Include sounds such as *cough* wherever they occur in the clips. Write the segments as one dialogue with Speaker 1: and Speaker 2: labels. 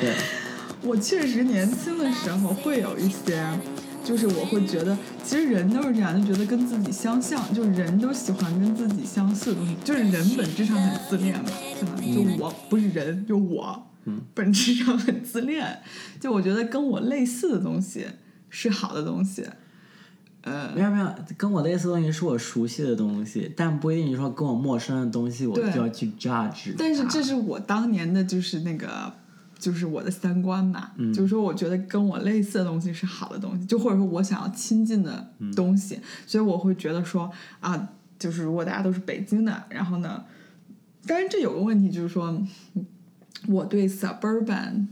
Speaker 1: 对，
Speaker 2: 我确实年轻的时候会有一些，就是我会觉得，其实人都是这样，就觉得跟自己相像，就是人都喜欢跟自己相似的东西，就是人本质上很自恋嘛，对吧？就我不是人，就我，
Speaker 1: 嗯，
Speaker 2: 本质上很自恋，就我觉得跟我类似的东西是好的东西，呃，
Speaker 1: 没有没有，跟我类似的东西是我熟悉的东西，但不一定说跟我陌生的东西我就
Speaker 2: 对
Speaker 1: 要去 judge 它。
Speaker 2: 但是这是我当年的，就是那个，就是我的三观吧。就是说，我觉得跟我类似的东西是好的东西，就或者说我想要亲近的东西，所以我会觉得说啊，就是如果大家都是北京的，然后呢，当然这有个问题就是说，我对 suburban，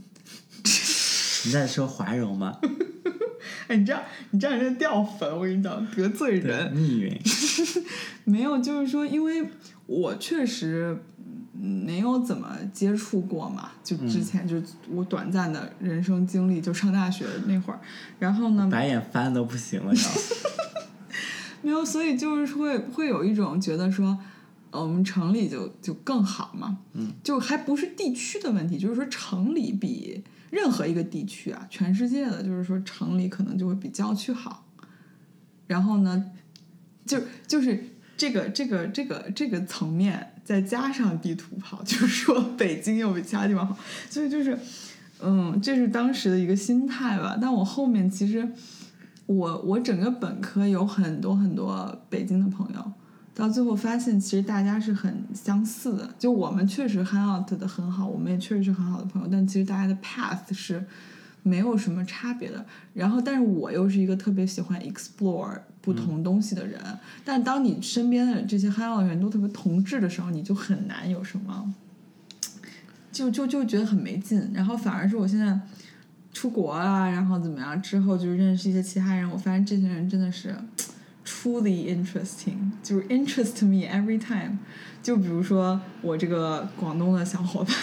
Speaker 1: 你在说华
Speaker 2: *laughs*
Speaker 1: 容吗？
Speaker 2: 哎，你这样你这样是掉粉，我跟你讲，得罪人。
Speaker 1: 密云。
Speaker 2: 没有，就是说，因为我确实嗯没有怎么接触过嘛，就之前就我短暂的人生经历，就上大学那会儿，然后呢，
Speaker 1: 白眼翻都不行了，要
Speaker 2: 没有，所以就是会会有一种觉得说，呃，我们城里就就更好嘛，嗯，就还不是地区的问题，就是说城里比任何一个地区啊，全世界的，就是说城里可能就会比郊区好，然后呢，就就是这个这个这个这个层面，再加上地图炮， *laughs* 就是说北京又比其他地方好，所以就是，嗯，这是当时的一个心态吧。但我后面其实我我整个本科有很多很多北京的朋友，到最后发现其实大家是很相似的。就我们确实 hang out 的很好，我们也确实是很好的朋友，但其实大家的 path 是没有什么差别的。然后，但是我又是一个特别喜欢 explore 不同东西的人，但当你身边的这些 hang out 的人都特别同质的时候，你就很难有什么。就就就觉得很没劲，然后反而是我现在出国啊，然后怎么样之后就认识一些其他人，我发现这些人真的是 truly interesting，就是 interest me every time。就比如说我这个广东的小伙伴，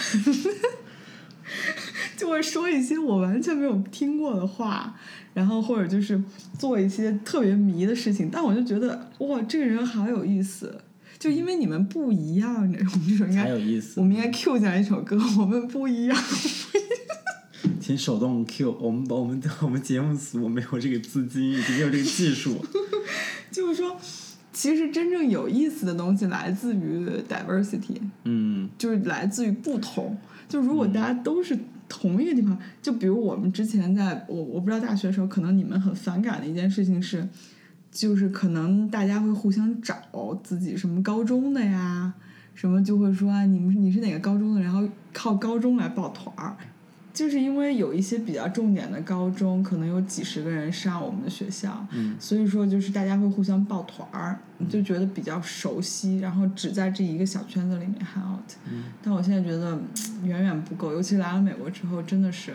Speaker 2: *laughs* 就会说一些我完全没有听过的话，然后或者就是做一些特别迷的事情，但我就觉得哇，这个人好有意思。就因为你们不一样，你知道吗我们这种 *laughs* 应该
Speaker 1: 才有意思。
Speaker 2: 我们应该 Q 下一首歌，我们不一样。 *laughs*
Speaker 1: 请手动 Q，我们我们我们节目组没有这个资金，以及没有这个技术。
Speaker 2: 就是说，其实真正有意思的东西来自于 diversity，
Speaker 1: 嗯，
Speaker 2: 就是来自于不同。就如果大家都是同一个地方，就比如我们之前在我我不知道大学的时候，可能你们很反感的一件事情是，就是可能大家会互相找自己什么高中的呀，什么就会说啊，你们你是哪个高中的，然后靠高中来抱团儿。就是因为有一些比较重点的高中，可能有几十个人上我们的学校，
Speaker 1: 嗯
Speaker 2: 所以说就是大家会互相抱团儿，你就觉得比较熟悉，然后只在这一个小圈子里面 hang out。但我现在觉得嗯远远不够，尤其来了美国之后，真的是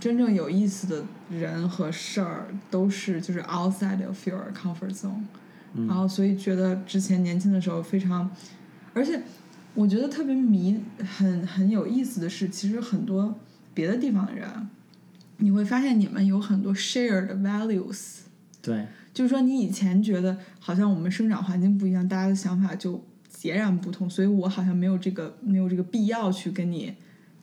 Speaker 2: 真正有意思的人和事儿都是就是 outside of your comfort zone，、然后所以觉得之前年轻的时候非常，而且我觉得特别迷，很很有意思的是，其实很多别的地方的人，啊你会发现你们有很多 shared values。
Speaker 1: 对，
Speaker 2: 就是说你以前觉得好像我们生长环境不一样，大家的想法就截然不同，所以我好像没有这个没有这个必要去跟你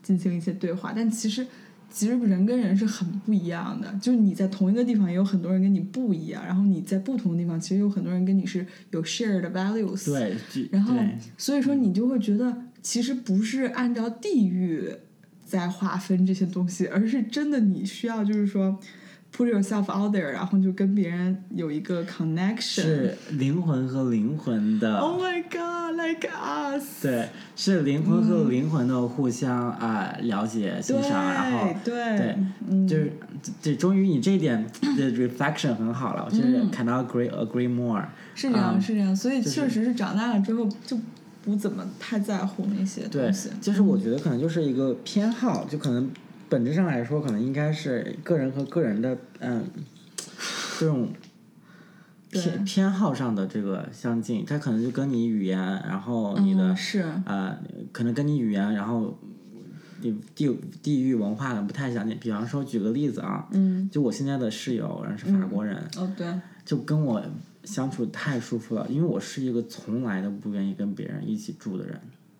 Speaker 2: 进行一些对话。但其实其实人跟人是很不一样的，就是你在同一个地方也有很多人跟你不一样，然后你在不同的地方其实有很多人跟你是有 shared values。。
Speaker 1: 对，就
Speaker 2: *laughs* 然后
Speaker 1: 对，嗯
Speaker 2: 所以说你就会觉得，其实不是按照地域在划分这些东西，而是真的你需要就是说 put yourself out there，然后就跟别人有一个 connection。
Speaker 1: 是灵魂和灵魂的。
Speaker 2: Oh my god, like us！
Speaker 1: 对，是灵魂和灵魂的互相啊、了解、欣赏，然后
Speaker 2: 对对
Speaker 1: 对，
Speaker 2: 嗯
Speaker 1: 就是对，终于你这一点的 reflection 很好了，我就是
Speaker 2: 嗯
Speaker 1: cannot agree agree more。
Speaker 2: 是这样，
Speaker 1: 嗯
Speaker 2: 是这样，所以确实是长大了之后就不怎么太在乎那些
Speaker 1: 对
Speaker 2: 东西。，
Speaker 1: 就是我觉得可能就是一个偏好，就可能本质上来说，可能应该是个人和个人的嗯这种
Speaker 2: 对
Speaker 1: 偏偏好上的这个相近，它可能就跟你语言，然后你的、
Speaker 2: 嗯是
Speaker 1: 呃，可能跟你语言，然后你地地域文化可能不太相近。比方说，举个例子啊，
Speaker 2: 嗯
Speaker 1: 就我现在的室友，然后是法国人，
Speaker 2: 哦对
Speaker 1: 就跟我相处太舒服了，因为我是一个从来都不愿意跟别人一起住的人。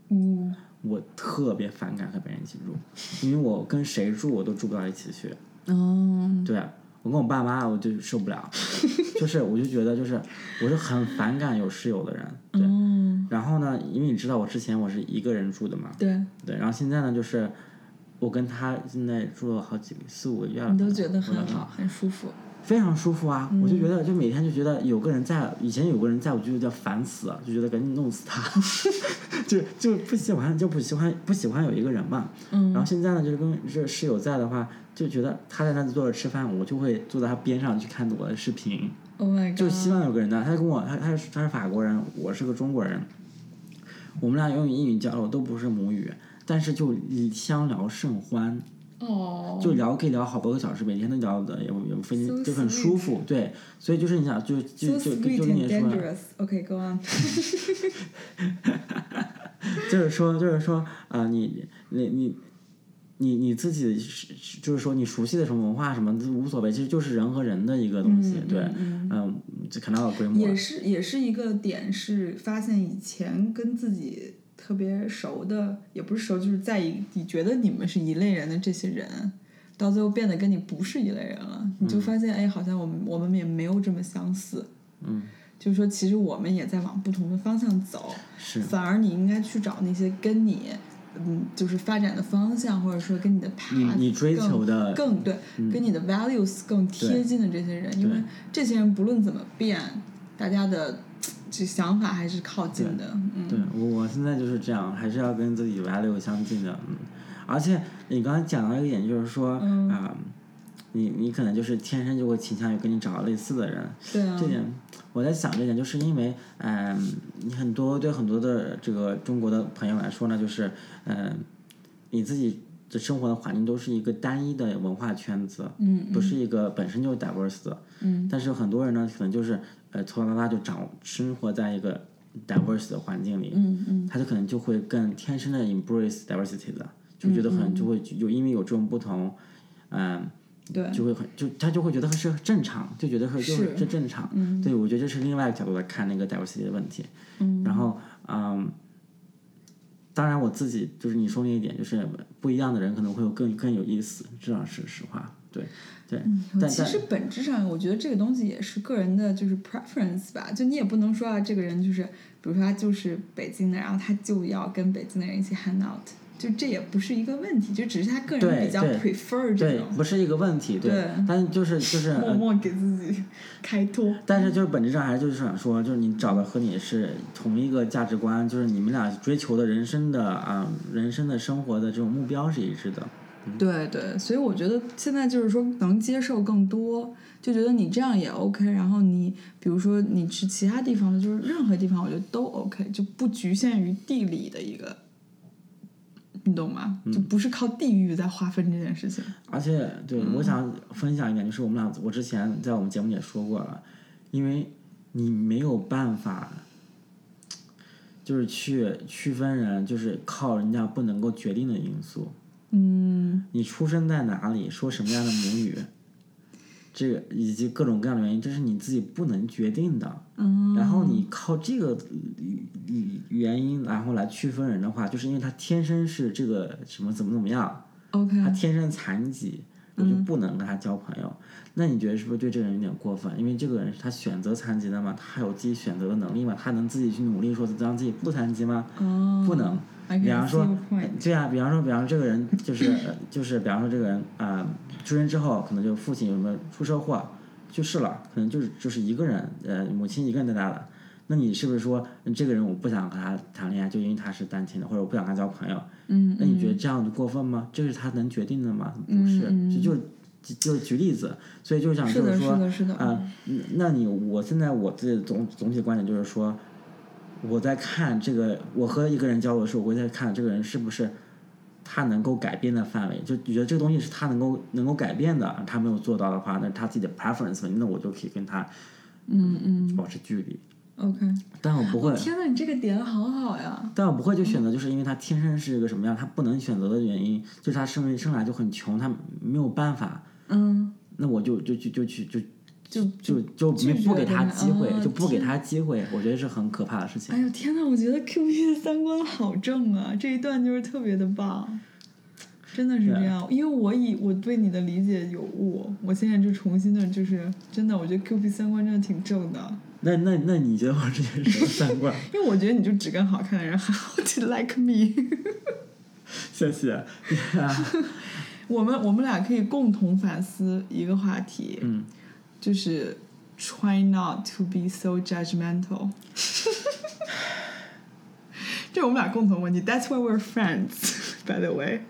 Speaker 2: 嗯
Speaker 1: 我特别反感和别人一起住，因为我跟谁住我都住不到一起去。
Speaker 2: 嗯，
Speaker 1: 对啊我跟我爸妈我就受不了，就是我就觉得就是我是很反感有室友的人。对，
Speaker 2: 嗯，
Speaker 1: 然后呢，因为你知道我之前我是一个人住的嘛，
Speaker 2: 对，
Speaker 1: 对，然后现在呢就是我跟他现在住了好几个四五个月了，
Speaker 2: 你都觉得很
Speaker 1: 我
Speaker 2: 好，很舒服。
Speaker 1: 非常舒服啊！我就觉得，就每天就觉得有个人在，以前有个人在我就有点烦死了，就觉得赶紧弄死他， *laughs* 就就不喜欢，就不喜欢，不喜欢有一个人嘛。
Speaker 2: 嗯
Speaker 1: 然后现在呢，就是跟这室友在的话，就觉得他在那坐着吃饭，我就会坐在他边上去看我的视频，
Speaker 2: ，Oh my god，
Speaker 1: 就希望有个人呢。他跟我，他他是他是法国人，我是个中国人，我们俩用英语交流都不是母语，但是就相聊甚欢。
Speaker 2: 哦，
Speaker 1: 就聊可以聊好多个小时，每天都聊的也也非
Speaker 2: So
Speaker 1: 就很舒服，对，所以就是你想就就
Speaker 2: so
Speaker 1: 就
Speaker 2: sweet
Speaker 1: 就
Speaker 2: and
Speaker 1: 跟你说啊了，
Speaker 2: dangerous。OK，go on。
Speaker 1: 就是说就是说啊、你你你你你自己是是就是说你熟悉的什么文化什么都无所谓，其实就是人和人的一个东西，
Speaker 2: 嗯
Speaker 1: 对，
Speaker 2: 嗯
Speaker 1: 嗯，就可能有规模
Speaker 2: 也，是也是一个点，是发现以前跟自己特别熟的，也不是熟，就是在一你觉得你们是一类人的这些人，到最后变得跟你不是一类人了，你就发现、哎，好像我们我们也没有这么相似。
Speaker 1: 嗯，
Speaker 2: 就是说，其实我们也在往不同的方向走，
Speaker 1: 是
Speaker 2: 反而你应该去找那些跟你。嗯，就是发展的方向，或者说跟你的 path
Speaker 1: 你你追
Speaker 2: 更
Speaker 1: 求的
Speaker 2: 更对，
Speaker 1: 嗯
Speaker 2: 跟你的 values 更贴近的这些人，因为这些人不论怎么变，大家的这想法还是靠近的。嗯，
Speaker 1: 对我我现在就是这样，还是要跟自己 value 相近的，嗯，而且你刚才讲到一个点，就是说啊、
Speaker 2: 嗯
Speaker 1: 你你可能就是天生就会倾向于跟你找到类似的人，
Speaker 2: 对啊
Speaker 1: 这，点我在想这点，就是因为，嗯、你很多对很多的这个中国的朋友来说呢，就是，嗯、你自己的生活的环境都是一个单一的文化圈子，
Speaker 2: 嗯
Speaker 1: 不是一个本身就 diverse 的，
Speaker 2: 嗯，
Speaker 1: 但是很多人呢，可能就是，呃，从小到大就长生活在一个 diverse 的环境里，
Speaker 2: 嗯嗯，
Speaker 1: 他就可能就会更天生的 embrace diversity 的，就觉得
Speaker 2: 嗯
Speaker 1: 可能就会有因为有这种不同，嗯、
Speaker 2: 对，
Speaker 1: 就会很就他就会觉得是正常，就觉得是就是
Speaker 2: 是
Speaker 1: 这正常。
Speaker 2: 嗯
Speaker 1: 对，我觉得这是另外一个角度来看那个 diversity 的问题。
Speaker 2: 嗯
Speaker 1: 然后嗯，当然我自己就是你说那一点，就是不一样的人可能会有更更有意思，这倒是实话。对对，但
Speaker 2: 嗯其
Speaker 1: 但
Speaker 2: 实本质上，我觉得这个东西也是个人的，就是 preference 吧。就你也不能说啊，这个人就是，比如说他就是北京的，然后他就要跟北京的人一起 hang out，就这也不是一个问题，就只是他个人
Speaker 1: 对
Speaker 2: 比较
Speaker 1: 对
Speaker 2: prefer 这
Speaker 1: 对
Speaker 2: 种，
Speaker 1: 不是一个问题。
Speaker 2: 对
Speaker 1: 但就是
Speaker 2: *laughs*
Speaker 1: 就是
Speaker 2: 默
Speaker 1: 呃
Speaker 2: 默给自己开脱。
Speaker 1: 但是就是本质上还是就是想说，就是你找的和你是同一个价值观，就是你们俩追求的人生的啊、人生的生活的这种目标是一致的。
Speaker 2: 对对，所以我觉得现在就是说能接受更多，就觉得你这样也 OK。然后你比如说你去其他地方的，就是任何地方，我觉得都 OK，就不局限于地理的一个，你懂吗？
Speaker 1: 嗯
Speaker 2: 就不是靠地域在划分这件事情。
Speaker 1: 而且，对、我想分享一点，就是我们俩，我之前在我们节目里也说过了，因为你没有办法，就是去区分人，就是靠人家不能够决定的因素。
Speaker 2: 嗯，
Speaker 1: 你出生在哪里，说什么样的母语，这个以及各种各样的原因，这是你自己不能决定的。
Speaker 2: 嗯，
Speaker 1: 然后你靠这个呃原因，然后来区分人的话，就是因为他天生是这个什么怎么怎么样，
Speaker 2: 嗯 OK，哦
Speaker 1: 他天生残疾，我就不能跟他交朋友。那你觉得是不是对这个人有点过分？因为这个人是他选择残疾的嘛，他有自己选择的能力嘛，他能自己去努力说让自己不残疾吗？
Speaker 2: 哦，
Speaker 1: 不能。
Speaker 2: I can
Speaker 1: 比方
Speaker 2: see
Speaker 1: 说
Speaker 2: your point，
Speaker 1: 对啊，比方说，比方说这
Speaker 2: *laughs*
Speaker 1: 个人就是呃就是，比方说这个人啊、呃出生之后可能就父亲有什么出车祸去世了，可能就是就是一个人，呃，母亲一个人带大的。那你是不是说嗯这个人我不想和他谈恋爱，就因为他是单亲的，或者我不想跟他交朋友？
Speaker 2: 嗯，
Speaker 1: 那你觉得
Speaker 2: 嗯
Speaker 1: 这样就过分吗？这是他能决定的吗？不是，
Speaker 2: 嗯
Speaker 1: 这就是就就是举例子，所以就是想
Speaker 2: 是
Speaker 1: 就
Speaker 2: 的，是
Speaker 1: 说
Speaker 2: 的，是的，
Speaker 1: 啊、嗯那你我现在我自己的总总体的观点就是说，我在看这个，我和一个人交流的时候，我在看这个人是不是他能够改变的范围，就觉得这个东西是他能够能够改变的，他没有做到的话，那是他自己的 preference，那我就可以跟他
Speaker 2: 嗯嗯
Speaker 1: 保持距离，
Speaker 2: ，OK。
Speaker 1: 但我不会。
Speaker 2: 天呐，你这个点好好呀！
Speaker 1: 但我不会就选择，就是因为他天生是一个什么样，他不能选择的原因，就是他生生来就很穷，他没有办法，
Speaker 2: 嗯，
Speaker 1: 那我就就就就去就
Speaker 2: 就
Speaker 1: 就就没
Speaker 2: 嗯拒绝
Speaker 1: 不给他
Speaker 2: 他
Speaker 1: 机会，
Speaker 2: 啊
Speaker 1: 就不给他机会，我觉得是很可怕的事情
Speaker 2: 哎。呦天呐，我觉得 Q B 的三观好正啊，这一段就是特别的棒，真的是这样。因为我以我对你的理解有误，我现在就重新的，就是真的，我觉得 Q B 三观真的挺正的。
Speaker 1: 那那那你觉得我这些人三
Speaker 2: *laughs*
Speaker 1: 观？
Speaker 2: 因为我觉得你就只跟好看的人 *laughs* 好好 like me，
Speaker 1: 谢谢。
Speaker 2: 我们我们俩可以共同反思一个话题，
Speaker 1: 嗯，
Speaker 2: 就是 try not to be so judgmental。这是我们俩共同问题，That's why we're friends. *laughs* By the way，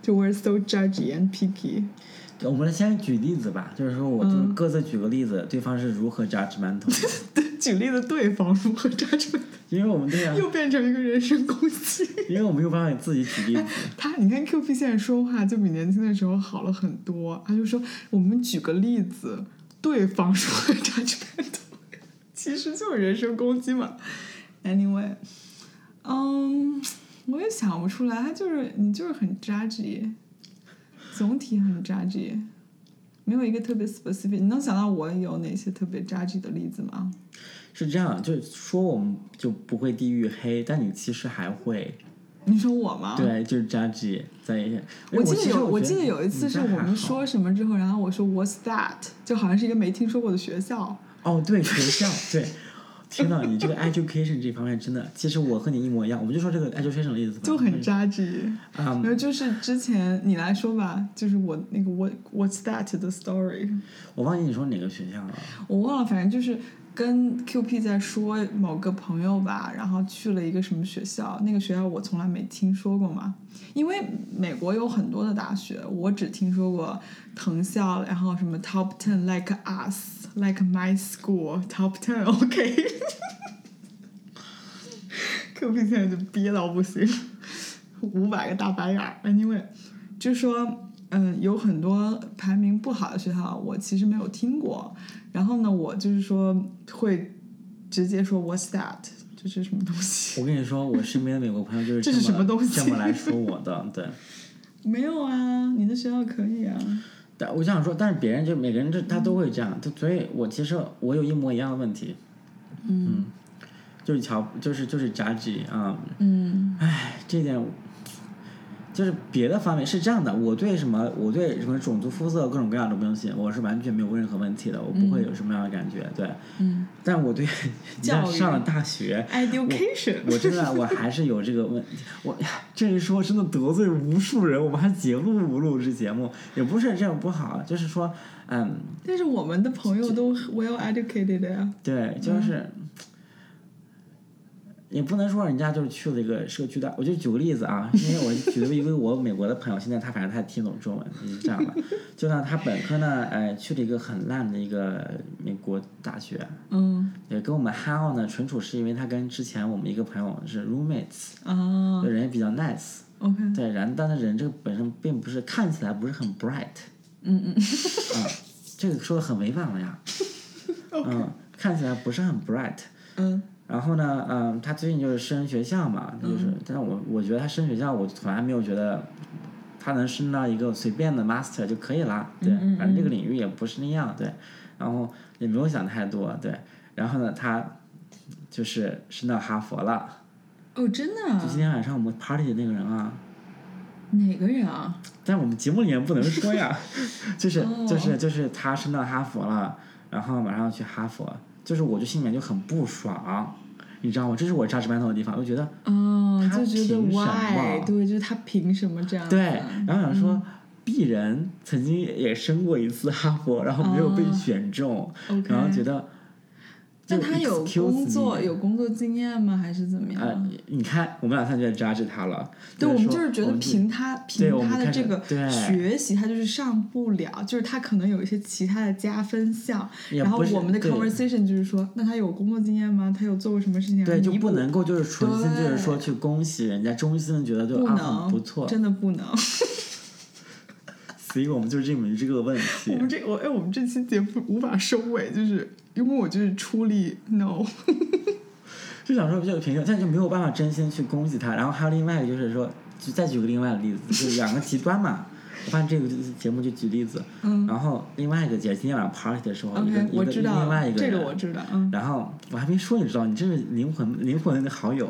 Speaker 2: 就 we're so judgy and picky。 *laughs*
Speaker 1: 我们来先举例子吧，就是说我
Speaker 2: 嗯
Speaker 1: 就各自举个例子，对方是如何 judgmental，的 *laughs*
Speaker 2: 举例子，对方如何 judgmental，
Speaker 1: 因为我们对啊，
Speaker 2: 又变成一个人身攻击。
Speaker 1: 因为我没有办法自己举例子。
Speaker 2: *laughs* 他，你看 Q P 现在说话就比年轻的时候好了很多。他就说，我们举个例子，对方说 *laughs* judgmental，其实就是人身攻击嘛。Anyway，嗯，我也想不出来，他就是你就是很 judgy，总体很 judgy，没有一个特别 specific。你能想到我有哪些特别 judgy 的例子吗？
Speaker 1: 是这样，就是说我们就不会地域黑，但你其实还会，
Speaker 2: 你说我吗？
Speaker 1: 对，就是 judge 在一些。
Speaker 2: 啊我记
Speaker 1: 其
Speaker 2: 得
Speaker 1: 实
Speaker 2: 有，
Speaker 1: 我觉
Speaker 2: 记得有一
Speaker 1: 你
Speaker 2: 次是
Speaker 1: 在
Speaker 2: 我们
Speaker 1: 还好
Speaker 2: 说什么之后，然后我说 What's that？就好像是一个没听说过的学校。
Speaker 1: 哦，对学校，对，听到你这个 education 这方面真的，其实我和你一模一样，我们就说这个 education 的例子吧，
Speaker 2: 就很
Speaker 1: 渣
Speaker 2: judgy，
Speaker 1: 啊、
Speaker 2: 然后就是之前你来说吧，就是我那个 what what's that 的 story，
Speaker 1: 我忘记你说哪个学校了，
Speaker 2: 我忘了，反正就是跟 QP 在说某个朋友吧，然后去了一个什么学校，那个学校我从来没听说过嘛，因为美国有很多的大学，我只听说过藤校，然后什么 Top Ten Like Us Like My School Top Ten OK 。Q P 现在就憋到不行， *laughs* 五百个大白眼儿。Anyway，就说，嗯，有很多排名不好的学校，我其实没有听过。然后呢，我就是说会直接说 What's that？就是什么东西？ *laughs*
Speaker 1: 我跟你说，我身边的美国朋友就是
Speaker 2: 这是
Speaker 1: 这么
Speaker 2: 什么东西
Speaker 1: 这么来说我的，对。
Speaker 2: 没有啊，你的学校可以啊。
Speaker 1: 但我想说，但是别人就每个人这他都会这样，他所以，我其实我有一模一样的问题，
Speaker 2: 嗯
Speaker 1: 就是瞧，就是就是 judge 啊、
Speaker 2: 嗯
Speaker 1: 唉，这一点我就是别的方面是这样的，我对什么我对什么种族肤色各种各样的东西，我是完全没有任何问题的，我不会有什么样的感觉，对。
Speaker 2: 嗯
Speaker 1: 但
Speaker 2: *laughs*
Speaker 1: 我对一旦
Speaker 2: 教育
Speaker 1: 上了大学，
Speaker 2: ，Education
Speaker 1: 我真的我还是有这个问题。我呀这一说真的得罪无数人，我们还节目不录这节目，也不是这样不好，就是说，嗯，
Speaker 2: 但是我们的朋友都 well educated 呀、
Speaker 1: 对，
Speaker 2: 嗯
Speaker 1: 就是、也不能说人家就是去了一个社区的。我就举个例子啊，因为我举了一个我美国的朋友，现在他反正他也听懂中文，就是这样吧。就呢，他本科呢，呃，去了一个很烂的一个美国大学，
Speaker 2: 嗯
Speaker 1: 也跟我们 hang out 呢，纯属是因为他跟之前我们一个朋友是 roommates，
Speaker 2: 啊
Speaker 1: 就人也比较 nice。
Speaker 2: ，OK，
Speaker 1: 对，然但是人这个本身并不是看起来不是很 bright，
Speaker 2: 嗯嗯
Speaker 1: 啊，这个说的很委婉
Speaker 2: *laughs*
Speaker 1: 了呀，嗯，看起来不是很 bright，
Speaker 2: 嗯
Speaker 1: 然后呢，嗯，他最近就是升学校嘛，他
Speaker 2: 嗯
Speaker 1: 就是，但我我觉得他升学校，我从来没有觉得他能升到一个随便的 master 就可以啦，对，
Speaker 2: 嗯嗯
Speaker 1: 反正这个领域也不是那样，对，然后也没有想太多，对，然后呢，他就是升到哈佛了，
Speaker 2: 哦，真的
Speaker 1: 就
Speaker 2: 啊
Speaker 1: 今？天晚上我们 party 的那个人啊，
Speaker 2: 哪个人啊？
Speaker 1: 但我们节目里面不能说
Speaker 2: *laughs*
Speaker 1: 呀，就是
Speaker 2: 哦
Speaker 1: 就是就是他升到哈佛了，然后马上要去哈佛，就是我就心里面就很不爽，你知道吗？这是我扎直班头的地方，我就觉得
Speaker 2: 哦，
Speaker 1: 他
Speaker 2: 就觉得
Speaker 1: 凭什
Speaker 2: why？
Speaker 1: 么
Speaker 2: 对，就是他凭什么这样子？
Speaker 1: 对，然后想
Speaker 2: 嗯
Speaker 1: 说。鄙人曾经也升过一次哈佛，然后没有被
Speaker 2: 哦
Speaker 1: 选中，
Speaker 2: OK
Speaker 1: 然后觉得就
Speaker 2: 那他有
Speaker 1: excuse
Speaker 2: 工作
Speaker 1: me
Speaker 2: 有工作经验吗？还是怎么样？
Speaker 1: 呃，你看我们俩现在就在扎着他了，
Speaker 2: 对，我们
Speaker 1: 说
Speaker 2: 就是觉得
Speaker 1: 们
Speaker 2: 凭他
Speaker 1: 对
Speaker 2: 凭
Speaker 1: 我们
Speaker 2: 他的
Speaker 1: 看
Speaker 2: 这
Speaker 1: 着
Speaker 2: 个
Speaker 1: 对
Speaker 2: 学习，他就是上不了，就是他可能有一些其他的加分项。
Speaker 1: 也
Speaker 2: 然后
Speaker 1: 不是
Speaker 2: 我们的
Speaker 1: 对
Speaker 2: conversation 就是说，那他有工作经验吗？他有做过什么事情？啊
Speaker 1: 对，就
Speaker 2: 弥
Speaker 1: 不
Speaker 2: 补
Speaker 1: 能够就是纯心就是说
Speaker 2: 对
Speaker 1: 去恭喜人家，衷心的觉得就
Speaker 2: 不
Speaker 1: 啊
Speaker 2: 能
Speaker 1: 很不错，
Speaker 2: 真的不能。
Speaker 1: 所以我们就是这门这个
Speaker 2: *laughs*
Speaker 1: 问
Speaker 2: 我
Speaker 1: 题
Speaker 2: 们。这我哎，我们这期节目无法收尾，就是因为我就是出力
Speaker 1: 嗯
Speaker 2: no。
Speaker 1: 就想说就是平静，但就没有办法真心去恭喜他。然后还有另外一个就是说，就再举个另外的例子，就是两个极端嘛。我发现这个节目就举例子，
Speaker 2: 嗯
Speaker 1: 然后另外一个节今天晚上 party 的时候，一个
Speaker 2: ，OK，
Speaker 1: 一
Speaker 2: 我
Speaker 1: 个
Speaker 2: 知道
Speaker 1: 另外一个
Speaker 2: 这个
Speaker 1: 人
Speaker 2: 我知道，嗯，
Speaker 1: 然后我还没说，你知道，你这是灵魂灵魂的好友，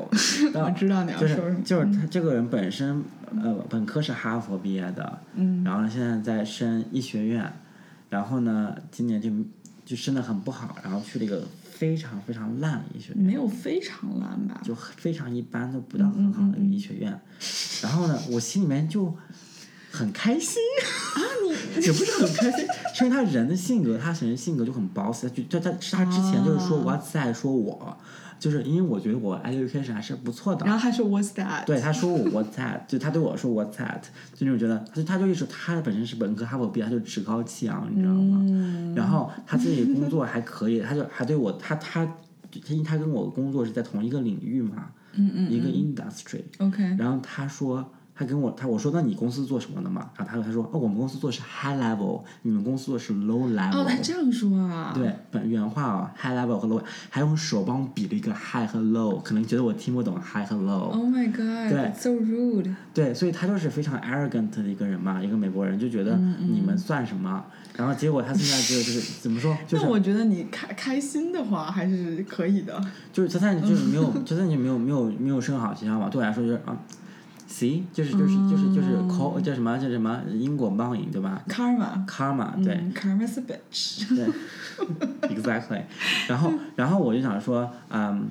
Speaker 2: *laughs*
Speaker 1: 然
Speaker 2: 我
Speaker 1: 后
Speaker 2: 知道你要
Speaker 1: 就
Speaker 2: 说
Speaker 1: 是
Speaker 2: 什么，嗯
Speaker 1: 就是他这个人本身呃本科是哈佛毕业的，
Speaker 2: 嗯
Speaker 1: 然后呢现在在申医学院，然后呢今年就就申的很不好，然后去了一个非常非常烂的医学院，
Speaker 2: 没有非常烂吧？
Speaker 1: 就非常一般，都不到很好的一个医学院，然后呢我心里面就很开心。 *laughs* 也不是很开心，是因为他人的性格，他人性格就很 boss，他就他他是他之前就是说
Speaker 2: 啊
Speaker 1: 我要在说我，就是因为我觉得我 education 还是不错的
Speaker 2: 然，后还说 What's that？
Speaker 1: 对，他说我 what's that，就 *laughs* 他对我说 what's that，就那种觉得，他就他就一直他本身是本科哈佛毕业，他就趾高气扬，你知道吗？然后他自己工作还可以，他就还对我，他他因为他跟我工作是在同一个领域嘛，
Speaker 2: 嗯嗯
Speaker 1: 一个 industry，
Speaker 2: ，OK，
Speaker 1: 然后他说，他跟我他我说，那你公司做什么的嘛？然后他说他说，哦，我们公司做的是 high level，你们公司做的是 low
Speaker 2: 哦，
Speaker 1: level。
Speaker 2: 他这样说啊，
Speaker 1: 对，本原话啊、h i g h level 和 low，还用手帮我比了一个 high 和 low，可能觉得我听不懂 high 和 low。
Speaker 2: ，Oh my God，so rude，
Speaker 1: 对，所以他就是非常 arrogant 的一个人嘛，一个美国人就觉得
Speaker 2: 嗯
Speaker 1: 你们算什么？然后结果他现在就就是怎
Speaker 2: *laughs*
Speaker 1: 么说，就是
Speaker 2: 那我觉得你开开心的话还是可以的，
Speaker 1: 就是他现在就是没有，他现在就没有没有没有升好学校嘛，对我来说就是啊。行，就是就是就是就是
Speaker 2: 嗯
Speaker 1: call 叫什么叫什么因果报应对吧？
Speaker 2: karma，
Speaker 1: karma，对、
Speaker 2: 嗯，karma's a bitch，
Speaker 1: 对，exactly。然
Speaker 2: *laughs*
Speaker 1: 后然后我就想说，嗯。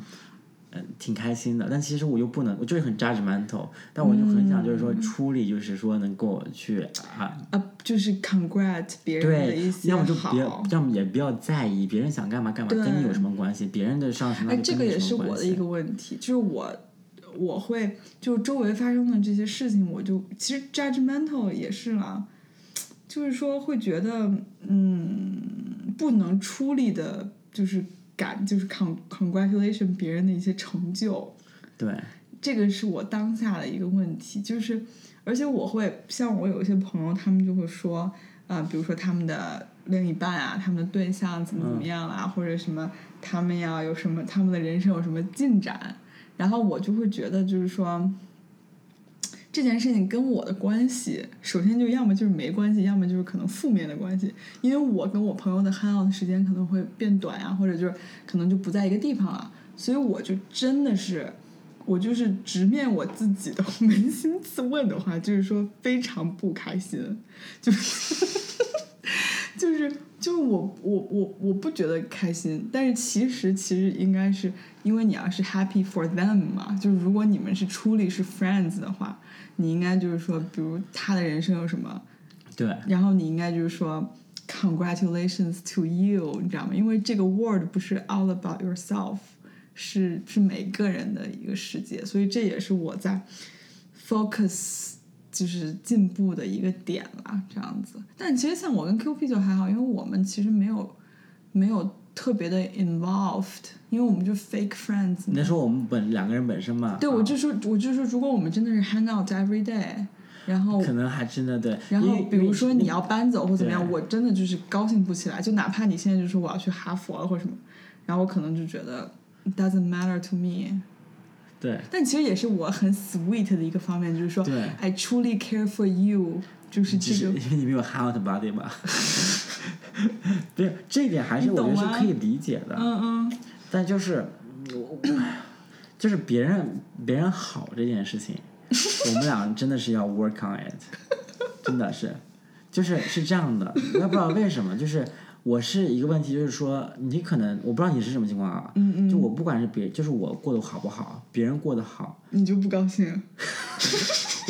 Speaker 1: 嗯，挺开心的，但其实我又不能，我就是很 judgmental，但我就很想就是
Speaker 2: 嗯
Speaker 1: 说出力，就是说能够去啊，
Speaker 2: 啊，就是 congrat 别人的
Speaker 1: 对
Speaker 2: 一，些
Speaker 1: 要么就
Speaker 2: 好
Speaker 1: 别，要么也不要在意别人想干嘛干嘛，
Speaker 2: 对
Speaker 1: 跟你有什么关系？别人的上升
Speaker 2: 哎，
Speaker 1: 到
Speaker 2: 这
Speaker 1: 底
Speaker 2: 个
Speaker 1: 跟你
Speaker 2: 也
Speaker 1: 有
Speaker 2: 是
Speaker 1: 什么
Speaker 2: 我
Speaker 1: 关
Speaker 2: 的一
Speaker 1: 系？
Speaker 2: 个问题，就是我我会就是周围发生的这些事情，我就其实 judgmental 也是啦，就是说会觉得嗯不能出力的，就是感就是 con congratulation 别人的一些成就，
Speaker 1: 对，
Speaker 2: 这个是我当下的一个问题，就是而且我会像我有一些朋友，他们就会说，呃，比如说他们的另一半啊，他们的对象怎么怎么样啦、或者什么，他们要有什么，他们的人生有什么进展，然后我就会觉得就是说。这件事情跟我的关系，首先就要么就是没关系，要么就是可能负面的关系。因为我跟我朋友的 hang out 的时间可能会变短啊，或者就是可能就不在一个地方了，所以我就真的是，我就是直面我自己的 *laughs* 扪心自问的话，就是说非常不开心，就是 *laughs* 就是就是我我我我不觉得开心，但是其实其实应该是因为你要是 happy for them 嘛，就是如果你们是出力是 friends 的话，你应该就是说，比如他的人生有什么。
Speaker 1: 对，
Speaker 2: 然后你应该就是说 congratulations to you，你知道吗？因为这个 word 不是 all about yourself，是是每个人的一个世界，所以这也是我在 focus 就是进步的一个点啦，这样子。但其实像我跟 Q P 就还好，因为我们其实没有没有特别的 involved，因为我们就 fake friends
Speaker 1: 你
Speaker 2: 嘛。
Speaker 1: 在说我们本两个人本身嘛？
Speaker 2: 对，
Speaker 1: 啊
Speaker 2: 我就说，我就说，如果我们真的是 hang out every day，然后
Speaker 1: 可能还真的对。
Speaker 2: 然
Speaker 1: 因
Speaker 2: 后
Speaker 1: 为
Speaker 2: 比如说你要搬走或怎么样，
Speaker 1: 对
Speaker 2: 我真的就是高兴不起来。就哪怕你现在就说我要去哈佛了或什么，然后我可能就觉得 it doesn't matter to me。
Speaker 1: 对
Speaker 2: 但其实也是我很 sweet 的一个方面，就是说
Speaker 1: 对
Speaker 2: I truly care for you，就是
Speaker 1: 只
Speaker 2: 这
Speaker 1: 是
Speaker 2: 个
Speaker 1: 因为你没有 hang out body 嘛。 *laughs* 不是，这一点还是
Speaker 2: 你
Speaker 1: 我觉
Speaker 2: 懂
Speaker 1: 得是
Speaker 2: 吗
Speaker 1: 可以理解的，
Speaker 2: 嗯嗯
Speaker 1: 但就是，我就是别人别人好这件事情，我们俩真的是要 work on it，真 *laughs* 的是，就是是这样的，我也不知道为什么，就是我是一个问题，就是说你可能我不知道你是什么情况啊，
Speaker 2: 嗯嗯，
Speaker 1: 就我不管是别就是我过得好不好，别人过得好，
Speaker 2: 你就不高兴，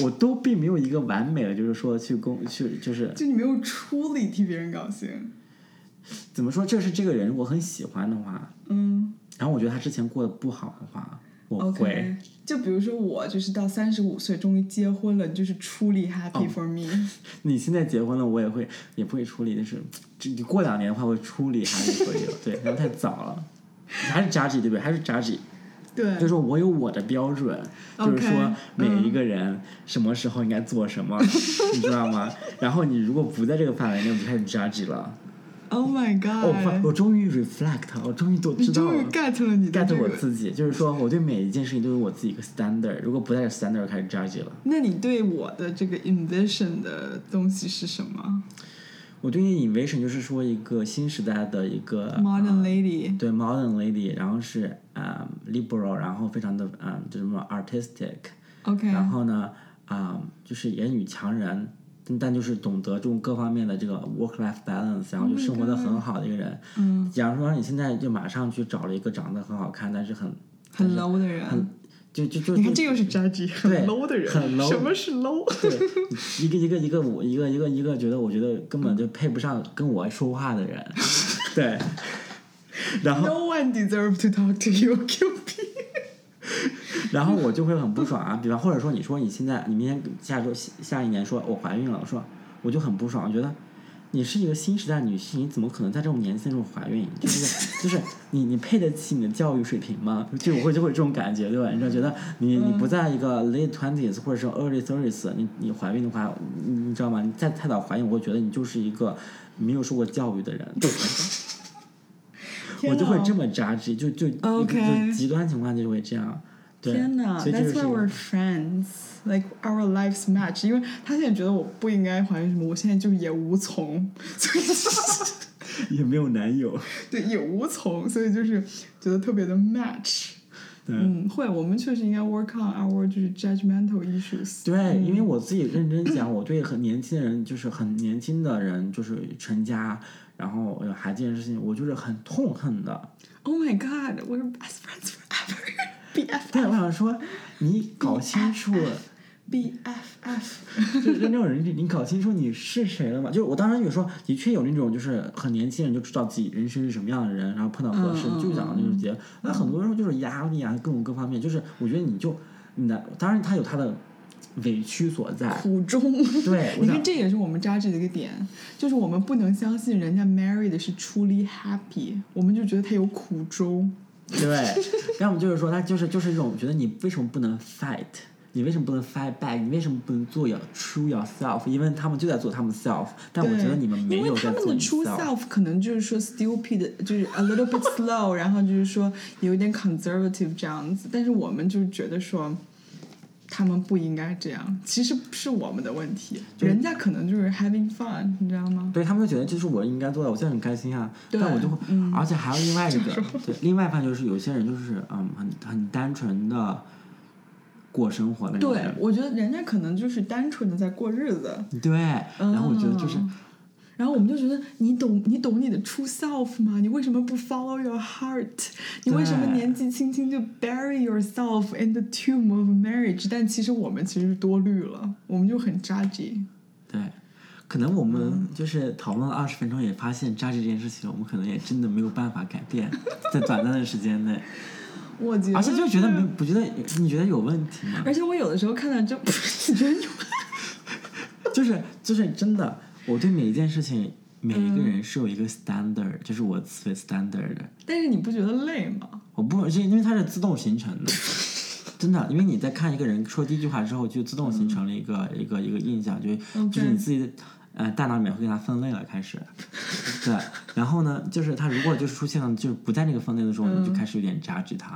Speaker 1: 我都并没有一个完美的，就是说去公去就是
Speaker 2: 就你没有出力替别人高兴。
Speaker 1: 怎么说，这是这个人我很喜欢的话，
Speaker 2: 嗯
Speaker 1: 然后我觉得他之前过得不好的话，我会
Speaker 2: ，OK。就比如说我就是到三十五岁终于结婚了，你就是 truly
Speaker 1: 哦
Speaker 2: happy for me。
Speaker 1: 你现在结婚了，我也会也不会处理，就是这你过两年的话会处理还是可以了，
Speaker 2: *laughs*
Speaker 1: 对，然后太早了。还是扎 y 对不对？还是扎 y
Speaker 2: 对，
Speaker 1: 就是我有我的标准
Speaker 2: OK，嗯
Speaker 1: 就是说每一个人什么时候应该
Speaker 2: *laughs*
Speaker 1: 做什么，你知道吗？然后你如果不在这个范围内，我就开始扎 y 了。
Speaker 2: Oh my
Speaker 1: 哦，我
Speaker 2: god！
Speaker 1: 我终于 reflect，我终于都知
Speaker 2: 你
Speaker 1: 道
Speaker 2: 终于
Speaker 1: 了。
Speaker 2: get 了你的
Speaker 1: get
Speaker 2: 这
Speaker 1: 我
Speaker 2: 个。
Speaker 1: 自己，就是说我对每一件事情都有我自己一个 standard，如果不带着 standard 开始 judge 了。
Speaker 2: 那你对我的这个 envision 的东西是什么
Speaker 1: 我对于 invasion 就是说一个新时代的一个
Speaker 2: ？Modern
Speaker 1: 呃
Speaker 2: lady，
Speaker 1: 对 modern lady，然后是嗯 liberal，然后非常的嗯就什么 artistic，
Speaker 2: OK，
Speaker 1: 然后呢啊、就是言语强人，但但就是懂得这种各方面的这个 work life balance，然后就生活的很好的一个人。
Speaker 2: Oh 嗯，
Speaker 1: 假如说你现在就马上去找了一个长得很好看，但是很
Speaker 2: 很 low 的人。
Speaker 1: 就就就
Speaker 2: 你看，
Speaker 1: 就
Speaker 2: 这又是 judgy，很
Speaker 1: 对
Speaker 2: low 的人。
Speaker 1: 很 low
Speaker 2: 什么是 low？
Speaker 1: 对，一个一个一个我一个一个一个觉得我觉得根本就配不上跟我说话的人， *laughs* 对，然后
Speaker 2: No one deserve to talk to you, *laughs* QP。
Speaker 1: *laughs* 然后我就会很不爽 *laughs* 啊，比方或者说你说你现在你明天下周下下一年说我怀孕了，我说我就很不爽，我觉得。你是一个新时代女性，你怎么可能在这种年轻的时候怀孕？ *laughs* 就是就是你你配得起你的教育水平吗？就我会就会有这种感觉，对吧？你就觉得你你不在一个 late twenties 或者是 early thirties，你你怀孕的话，你你知道吗？你再太早怀孕，我会觉得你就是一个没有受过教育的人。 *laughs*
Speaker 2: 天
Speaker 1: 我就会
Speaker 2: 哪
Speaker 1: 这么扎直，就就
Speaker 2: OK
Speaker 1: 就极端情况就会这样。对，
Speaker 2: 天哪
Speaker 1: 所以这
Speaker 2: ，That's
Speaker 1: 就是
Speaker 2: why
Speaker 1: 一个
Speaker 2: we're friends. Like our lives match. 因为他现在觉得我不应该怀孕什么，我现在就也无
Speaker 1: *laughs*
Speaker 2: 从，所以
Speaker 1: 也没有男友。
Speaker 2: 对也无从，所以就是觉得特别的 match。
Speaker 1: 对
Speaker 2: 嗯，会，我们确实应该 work on our 就是 judgmental issues。
Speaker 1: 对，
Speaker 2: 嗯
Speaker 1: 因为我自己认真讲，我对很年轻的人，就是很年轻的人，就是成家，然后有孩子这件事情，我就是很痛恨的。
Speaker 2: Oh my god, we're best friends forever. *laughs* BF
Speaker 1: 对，我想说，你搞清楚，
Speaker 2: BFF。
Speaker 1: 就是那种人，你搞清楚你是谁了吗？就是我当然有时候的确有那种，就是很年轻人就知道自己人生是什么样的人，然后碰到合适
Speaker 2: 嗯嗯
Speaker 1: 就想就是结。那很多时候就是压力啊，各种各方面，就是我觉得你就你的，当然他有他的委屈所在。
Speaker 2: 苦衷。
Speaker 1: 对，我
Speaker 2: 你
Speaker 1: 想
Speaker 2: 看，这也是我们扎制的一个点，就是我们不能相信人家 married 是 truly happy，我们就觉得他有苦衷。
Speaker 1: 对，要么就是说，他就是就是一种觉得你为什么不能 fight，你为什么不能 fight back，你为什么不能做 your true yourself？因为他们就在做他们 self，但我觉得
Speaker 2: 对
Speaker 1: 你们没
Speaker 2: 因为
Speaker 1: 有
Speaker 2: 他
Speaker 1: 在
Speaker 2: 们
Speaker 1: 做
Speaker 2: 的
Speaker 1: 你
Speaker 2: true
Speaker 1: self。
Speaker 2: self 可能就是说 stupid，就是 a little bit slow，然后就是说有一点 conservative 这样子，但是我们就觉得说。他们不应该这样，其实是我们的问题。
Speaker 1: 就是
Speaker 2: 人家可能就是 having fun，你知道吗？
Speaker 1: 对他们就觉得这是我应该做的，我现在很开心啊，
Speaker 2: 对
Speaker 1: 但我就会，
Speaker 2: 嗯
Speaker 1: 而且还有另
Speaker 2: *laughs*
Speaker 1: 外一个，对，另外一方就是有些人就是嗯，很很单纯的过生活的那种
Speaker 2: 对
Speaker 1: 人，，
Speaker 2: 我觉得人家可能就是单纯的在过日子，
Speaker 1: 对，然后我觉得就是
Speaker 2: 嗯然后我们就觉得你懂你懂你的 true self 吗？你为什么不 follow your heart？你为什么
Speaker 1: 对
Speaker 2: 年纪轻轻就 bury yourself in the tomb of marriage？但其实我们其实是多虑了，我们就很 judgy。
Speaker 1: 对，可能我们就是讨论了二十分钟，也发现扎这件事情，我们可能也真的没有办法改变，在短暂的时间内，
Speaker 2: 我觉得，
Speaker 1: 而且就觉得没，不觉得你觉得有问题吗？
Speaker 2: 而且我有的时候看到就 *laughs* 觉得有
Speaker 1: 就是就是真的，我对每一件事情，每一个人是有一个 standard，、就是我思维 standard 的，
Speaker 2: 但是你不觉得累吗？
Speaker 1: 我不是因为它是自动形成
Speaker 2: *laughs*
Speaker 1: 的。真的，因为你在看一个人说第一句话之后，就自动形成了一
Speaker 2: 嗯
Speaker 1: 个、一个一个印象，就
Speaker 2: OK
Speaker 1: 就是你自己的呃大脑里面会给它分类了，开始，对，然后呢，就是它如果就是出现了就是不在那个分类的时候，
Speaker 2: 嗯
Speaker 1: 你就开始有点榨汁它，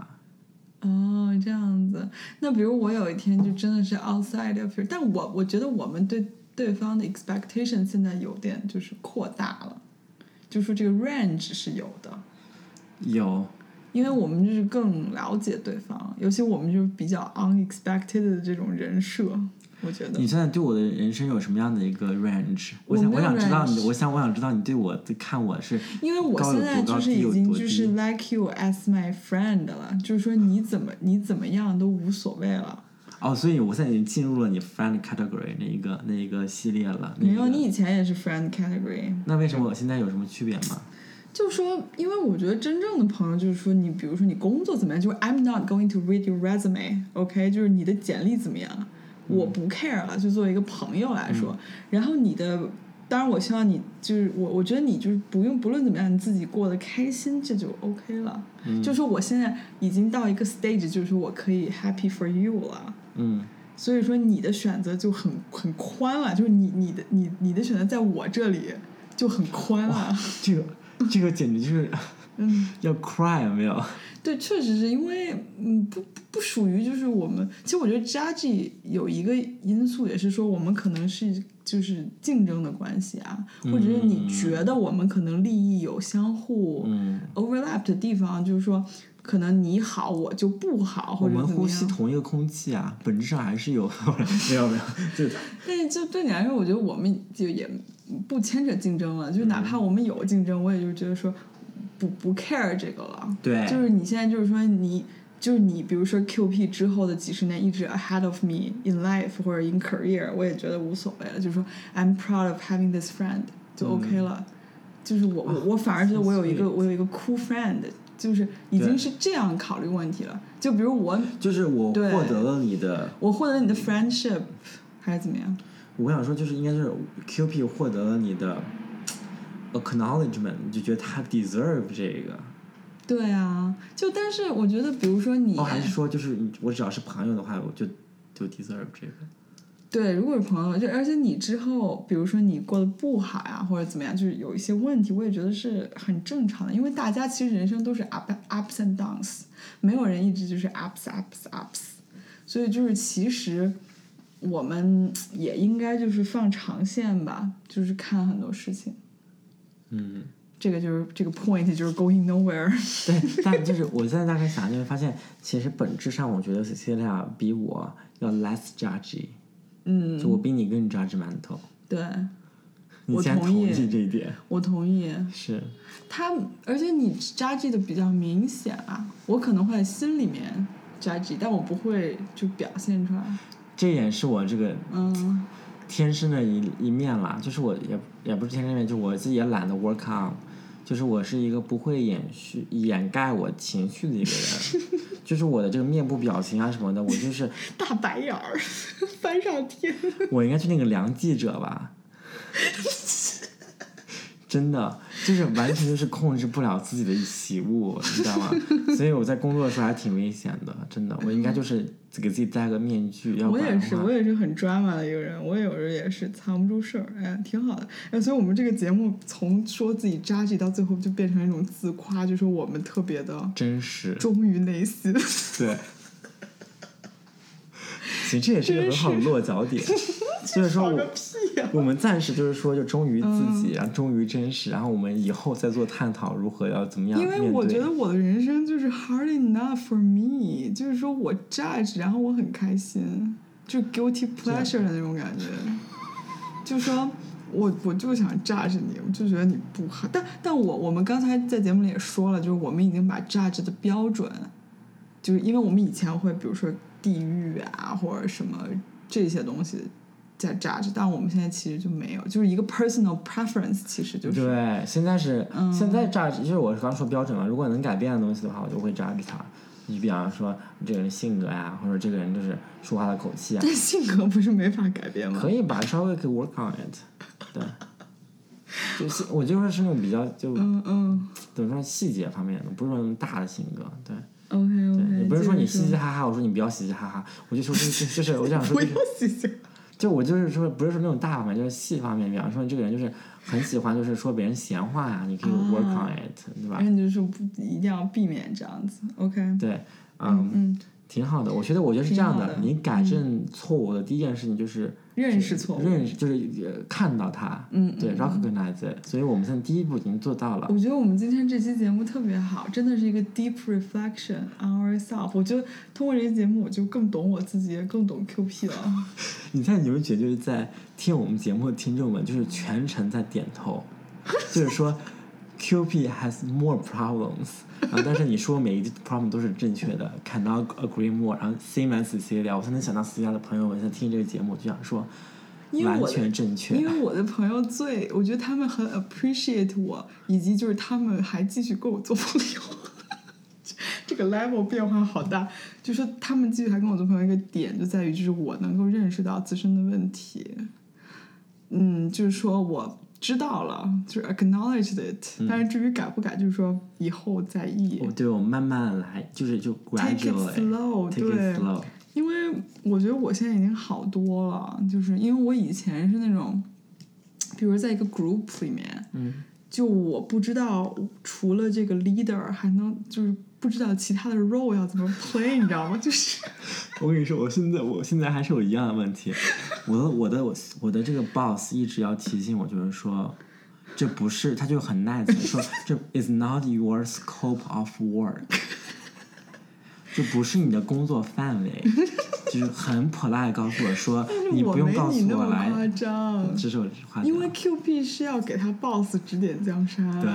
Speaker 2: 哦，这样子。那比如我有一天就真的是 outside of your，但我我觉得我们对对方的 expectation 现在有点就是扩大了，就说这个 range 是有的，嗯
Speaker 1: 有
Speaker 2: 因为我们就是更了解对方，尤其我们就是比较 unexpected 的这种人设，我觉得
Speaker 1: 你。现在对我的人生有什么样的一个 range？
Speaker 2: 我
Speaker 1: 我想
Speaker 2: 没
Speaker 1: 我
Speaker 2: 有
Speaker 1: 想知道你，
Speaker 2: range
Speaker 1: 我想我想知道你对我的看我是
Speaker 2: 因为我
Speaker 1: 高有
Speaker 2: 现在
Speaker 1: 多高
Speaker 2: 就是
Speaker 1: 低
Speaker 2: 已
Speaker 1: 有
Speaker 2: 经
Speaker 1: 多
Speaker 2: 就
Speaker 1: 低
Speaker 2: 是 like you as my friend 了，就是说你怎么你怎么样都无所谓了。
Speaker 1: 哦，所以我现在已经进入了你 friend category 那一个那一个系列了。那
Speaker 2: 没有，
Speaker 1: 一个
Speaker 2: 你以前也是 friend category，
Speaker 1: 那为什么我现在有什么区别吗？
Speaker 2: 就说，因为我觉得真正的朋友就是说你，比如说你工作怎么样，就是 I'm not going to read your resume，OK，、就是你的简历怎么样，我不 care 了。就作为一个朋友来说，然后你的，当然我希望你就是我，我觉得你就是不用不论怎么样，你自己过得开心，这就 OK 了。就说我现在已经到一个 stage，就是说我可以 happy for you 了。
Speaker 1: 嗯，
Speaker 2: 所以说你的选择就很很宽了，就是你你的你你的选择在我这里就很宽啊。
Speaker 1: 这个这个简直就是
Speaker 2: 嗯，
Speaker 1: *laughs* 要 cry 有没有？
Speaker 2: 对，确实是因为嗯不不不属于就是我们，其实我觉得 Jazzy 有一个因素也是说我们可能是就是竞争的关系啊，
Speaker 1: 嗯
Speaker 2: 或者是你觉得我们可能利益有相互
Speaker 1: 嗯，
Speaker 2: overlap 的地方，就是说可能你好我就不好，
Speaker 1: 我
Speaker 2: 或者
Speaker 1: 们
Speaker 2: 怎
Speaker 1: 呼
Speaker 2: 么
Speaker 1: 吸
Speaker 2: 样。
Speaker 1: 同一个空气啊，本质上还是有 *laughs* 没有没有，就
Speaker 2: 但是就对你来说，我觉得我们就也不牵扯竞争了，就是哪
Speaker 1: 嗯
Speaker 2: 怕我们有竞争，我也就觉得说不不 care 这个了。
Speaker 1: 对，
Speaker 2: 就是你现在就是说你就是你，比如说 QP 之后的几十年一直 ahead of me in life 或者 in career，我也觉得无所谓了。就是说 I'm proud of having this friend 就 OK 了。就是我我我反而觉得我有一
Speaker 1: 嗯啊 so
Speaker 2: 个
Speaker 1: sweet
Speaker 2: 我有一个 cool friend，就是已
Speaker 1: 对
Speaker 2: 经是这样考虑问题了。就比如我
Speaker 1: 就是我
Speaker 2: 对
Speaker 1: 获得了你的，
Speaker 2: 我获得你的
Speaker 1: 嗯
Speaker 2: friendship 还是怎么样？
Speaker 1: 我想说就是应该是 Q P 获得了你的呃 acknowledgement，你就觉得他 deserve 这个。
Speaker 2: 对啊，就但是我觉得，比如说你、
Speaker 1: 哦，还是说就是你我只要是朋友的话，我就就 deserve 这个。
Speaker 2: 对，如果是朋友，就而且你之后，比如说你过得不好呀，或者怎么样，就是有一些问题，我也觉得是很正常的，因为大家其实人生都是 up ups and downs，没有人一直就是 ups ups ups，所以就是其实我们也应该就是放长线吧，就是看很多事情，
Speaker 1: 嗯，
Speaker 2: 这个就是这个 point 就是 going nowhere，
Speaker 1: 对，但就是我现在大概想，就会发现，其实本质上，我觉得 Cecilia 比我要 less judgy，
Speaker 2: 嗯，
Speaker 1: 就我比你更 judgmental。
Speaker 2: 对
Speaker 1: 你
Speaker 2: 我
Speaker 1: 现在
Speaker 2: 同意
Speaker 1: 意这一点，
Speaker 2: 我同意，
Speaker 1: 是
Speaker 2: 他，而且你 judge 的比较明显啊，我可能会在心里面 judge，但我不会就表现出来。
Speaker 1: 这也是我这个
Speaker 2: 嗯，
Speaker 1: 天生的一一面啦。就是我也也不是天生一面，就我自己也懒得 work on，就是我是一个不会掩饰掩盖我情绪的一个
Speaker 2: *laughs*
Speaker 1: 人，就是我的这个面部表情啊什么的，我就是
Speaker 2: *laughs* 大白眼儿翻上天。
Speaker 1: 我应该去那个梁记者
Speaker 2: *laughs*
Speaker 1: 吧？真的，就是完全就是控制不了自己的喜恶，你知道吗？所以我在工作的时候还挺危险的，真的。我应该就是给自己戴个面具，要不
Speaker 2: 我
Speaker 1: 然
Speaker 2: 也
Speaker 1: 的
Speaker 2: 是，
Speaker 1: 话
Speaker 2: 我也是很 drama 的一个人，我有时候也是藏不住事儿，哎，挺好的。哎，所以我们这个节目从说自己 judge 到最后就变成一种自夸，就说我们特别的
Speaker 1: 真实。
Speaker 2: 忠于内心。 *laughs*
Speaker 1: *laughs* 对，其实这也是一个很好的落脚点。 *laughs* 就是说
Speaker 2: 好嗯个
Speaker 1: 我
Speaker 2: 屁啊呀、
Speaker 1: 我们暂时就是说，就忠于自己，然后忠于真实，然后我们以后再做探讨，如何要怎么样
Speaker 2: 因
Speaker 1: 面对。
Speaker 2: 为我觉得我的人生就是 hard enough for me，就是说我 judge，然后我很开心，就是 guilty pleasure 的那种感觉。就说我我就想 judge 你，我就觉得你不好。但但我我们刚才在节目里也说了，就是我们已经把 judge 的标准，就是因为我们以前会比如说地域啊或者什么这些东西在 judge，但我们现在其实就没有，就是一个 personal preference，其实就是
Speaker 1: 对，现在是、
Speaker 2: 嗯
Speaker 1: 现在榨，就是我刚说标准嘛。如果能改变的东西的话，我就会榨制它。你比方说这个人性格呀、或者这个人就是说话的口气啊，
Speaker 2: 但 *laughs* 性格不是没法改变吗？
Speaker 1: 可以吧，稍微可以 work on it。对，
Speaker 2: *laughs*
Speaker 1: 就是我就是是那种比较就
Speaker 2: 嗯嗯
Speaker 1: 怎么说细节方面的，不是说那种大的性格。对，
Speaker 2: ，OK
Speaker 1: 对
Speaker 2: OK，
Speaker 1: 也不是说你嘻嘻
Speaker 2: 接着
Speaker 1: 哈哈，我说你不要嘻嘻哈哈，我就说就就就是我想
Speaker 2: 说不 *laughs*
Speaker 1: 说就是
Speaker 2: 要嘻嘻，
Speaker 1: 就我就是说，不是说那种大方面，就是细方面。比方说，这个人就是很喜欢，就是说别人闲话呀、你可以 work
Speaker 2: 啊
Speaker 1: on it，、对吧
Speaker 2: 然？后你就说不一定要避免这样子，OK，
Speaker 1: 对，
Speaker 2: 嗯
Speaker 1: 嗯，
Speaker 2: 嗯，
Speaker 1: 挺好的。我觉得，我觉得是这样
Speaker 2: 挺好的嗯
Speaker 1: 你改正错误的第一件事情就是
Speaker 2: 认识错误，
Speaker 1: 认识，就是呃看到它，
Speaker 2: 嗯
Speaker 1: 对
Speaker 2: 嗯
Speaker 1: ，recognize it。所以我们现在第一步已经做到了。
Speaker 2: 我觉得我们今天这期节目特别好，真的是一个 deep reflection on ourselves。我觉得通过这期节目，我就更懂我自己，也更懂 QP 了。
Speaker 1: 你看，你会觉得就是在听我们节目的听众们，就是全程在点头， *laughs* 就是说。QP has more problems，然后但是你说每一个 problem 都是正确的，cannot agree more，然后 same as Cecilia，我才能想到 Cecilia 的朋友们在听这个节目就想说，
Speaker 2: 因为
Speaker 1: 完
Speaker 2: 我的
Speaker 1: 全正确，
Speaker 2: 因为我的朋友最，我觉得他们很 appreciate 我，以及就是他们还继续跟我做朋友。 *laughs* 这个 level 变化好大，就说他们继续还跟我做朋友，一个点就在于就是我能够认识到自身的问题，嗯，就是说我知道了，就是 acknowledged it，、但是至于改不改，就是说以后再议。
Speaker 1: 我对我慢慢来，就是就
Speaker 2: Take it
Speaker 1: gradually，take
Speaker 2: slow，
Speaker 1: it
Speaker 2: 对，
Speaker 1: slow，
Speaker 2: 因为我觉得我现在已经好多了，就是因为我以前是那种比如在一个 group 里面，
Speaker 1: 嗯，
Speaker 2: 就我不知道除了这个 leader 还能就是不知道其他的 role 要怎么 play，你知道吗？就是 *laughs*
Speaker 1: 我跟你说，我现在我现在还是有一样的问题，我的我的我我的这个 boss 一直要提醒我，就是说，这不是，他就很 nice 地说，这 is not your scope of work，这不是你的工作范围，就是很 polite 地告诉我说，你
Speaker 2: 我
Speaker 1: 不用
Speaker 2: 没
Speaker 1: 告
Speaker 2: 你
Speaker 1: 诉
Speaker 2: 那么夸
Speaker 1: 来， *laughs*
Speaker 2: 张，
Speaker 1: 这是我话
Speaker 2: 因为 QP 是要给他 boss 指点江山。
Speaker 1: 对，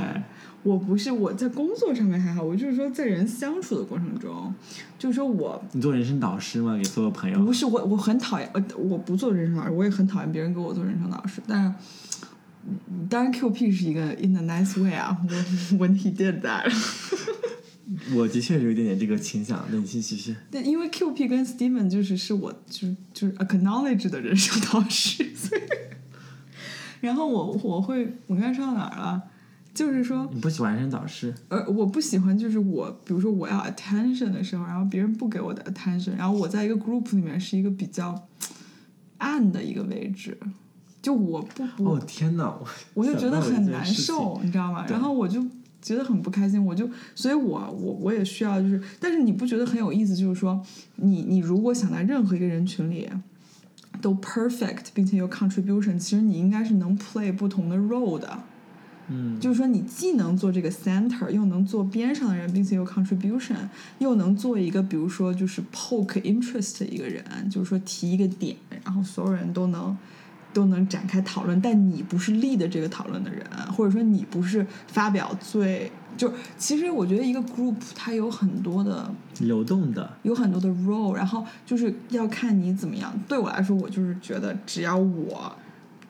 Speaker 2: 我不是我在工作上面还好，我就是说在人相处的过程中，就是说我
Speaker 1: 你做人生导师吗？给所有朋友
Speaker 2: 不是我，我很讨厌，呃，我不做人生导师，我也很讨厌别人给我做人生导师。但是，嗯当然 QP 是一个 in a nice way 啊，我 *laughs* when he did that，
Speaker 1: 我的确是有一点点这个倾向，但其实是
Speaker 2: 对因为 QP 跟 Steven 就是是我就是就是 acknowledge 的人生导师，所以，然后我我会我刚才说到哪儿了？就是说，
Speaker 1: 你不喜欢人生导师，
Speaker 2: 呃，我不喜欢就是我，比如说我要 attention 的时候，然后别人不给我的 attention，然后我在一个 group 里面是一个比较暗的一个位置，就我不不，
Speaker 1: 哦天哪，我
Speaker 2: 我就觉
Speaker 1: 想
Speaker 2: 得
Speaker 1: 到了一
Speaker 2: 很
Speaker 1: 件
Speaker 2: 难
Speaker 1: 事情
Speaker 2: 受，你知道吗？
Speaker 1: 对
Speaker 2: 然后我就觉得很不开心，我就，所以我我我也需要就是，但是你不觉得很有意思？就是说，你你如果想在任何一个人群里。都 perfect，并且有 contribution，其实你应该是能 play 不同的 role 的。
Speaker 1: 嗯。
Speaker 2: 就是说你既能做这个 center，又能做边上的人，并且有 contribution，又能做一个比如说就是 poke interest 的一个人，就是说提一个点，然后所有人都能。都能展开讨论，但你不是 lead 这个讨论的人，或者说你不是发表最就是，其实我觉得一个 group 它有很多的
Speaker 1: 流动的，
Speaker 2: 有很多的 role，然后就是要看你怎么样。对我来说，我就是觉得只要我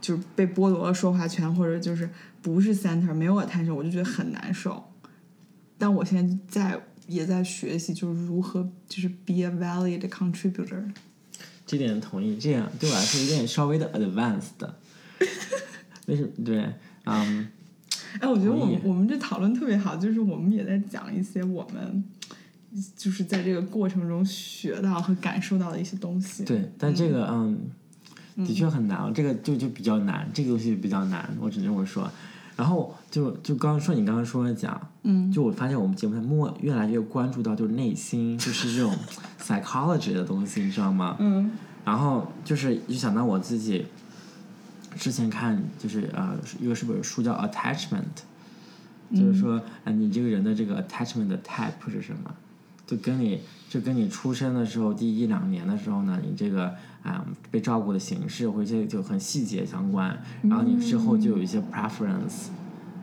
Speaker 2: 就是被剥夺了说话权，或者就是不是 center 没有 attention，我就觉得很难受。但我现在在也在学习，就是如何就是 be a valid contributor。
Speaker 1: 这点同意。这样对我来说有点稍微的 advanced 的，但是对，嗯，
Speaker 2: 哎，我觉得我
Speaker 1: 同意
Speaker 2: 们我们这讨论特别好，就是我们也在讲一些我们就是在这个过程中学到和感受到的一些东西。
Speaker 1: 对，但这个嗯，的确很难，这个就就比较难，这个东西比较难，我只能这么说。然后就就刚刚说你刚刚说的讲，
Speaker 2: 嗯，
Speaker 1: 就我发现我们节目它莫越来越关注到就是内心，就是这种 *laughs* psychology 的东西，你知道吗？
Speaker 2: 嗯
Speaker 1: 然后就是就想到我自己之前看就是呃一个是本书叫 Attachment，就是说啊、呃你这个人的这个 attachment 的 type 是什么？就跟你就跟你出生的时候第一两年的时候呢，你这个啊、被照顾的形式或者一些就很细节相关，然后你之后就有一些 preference。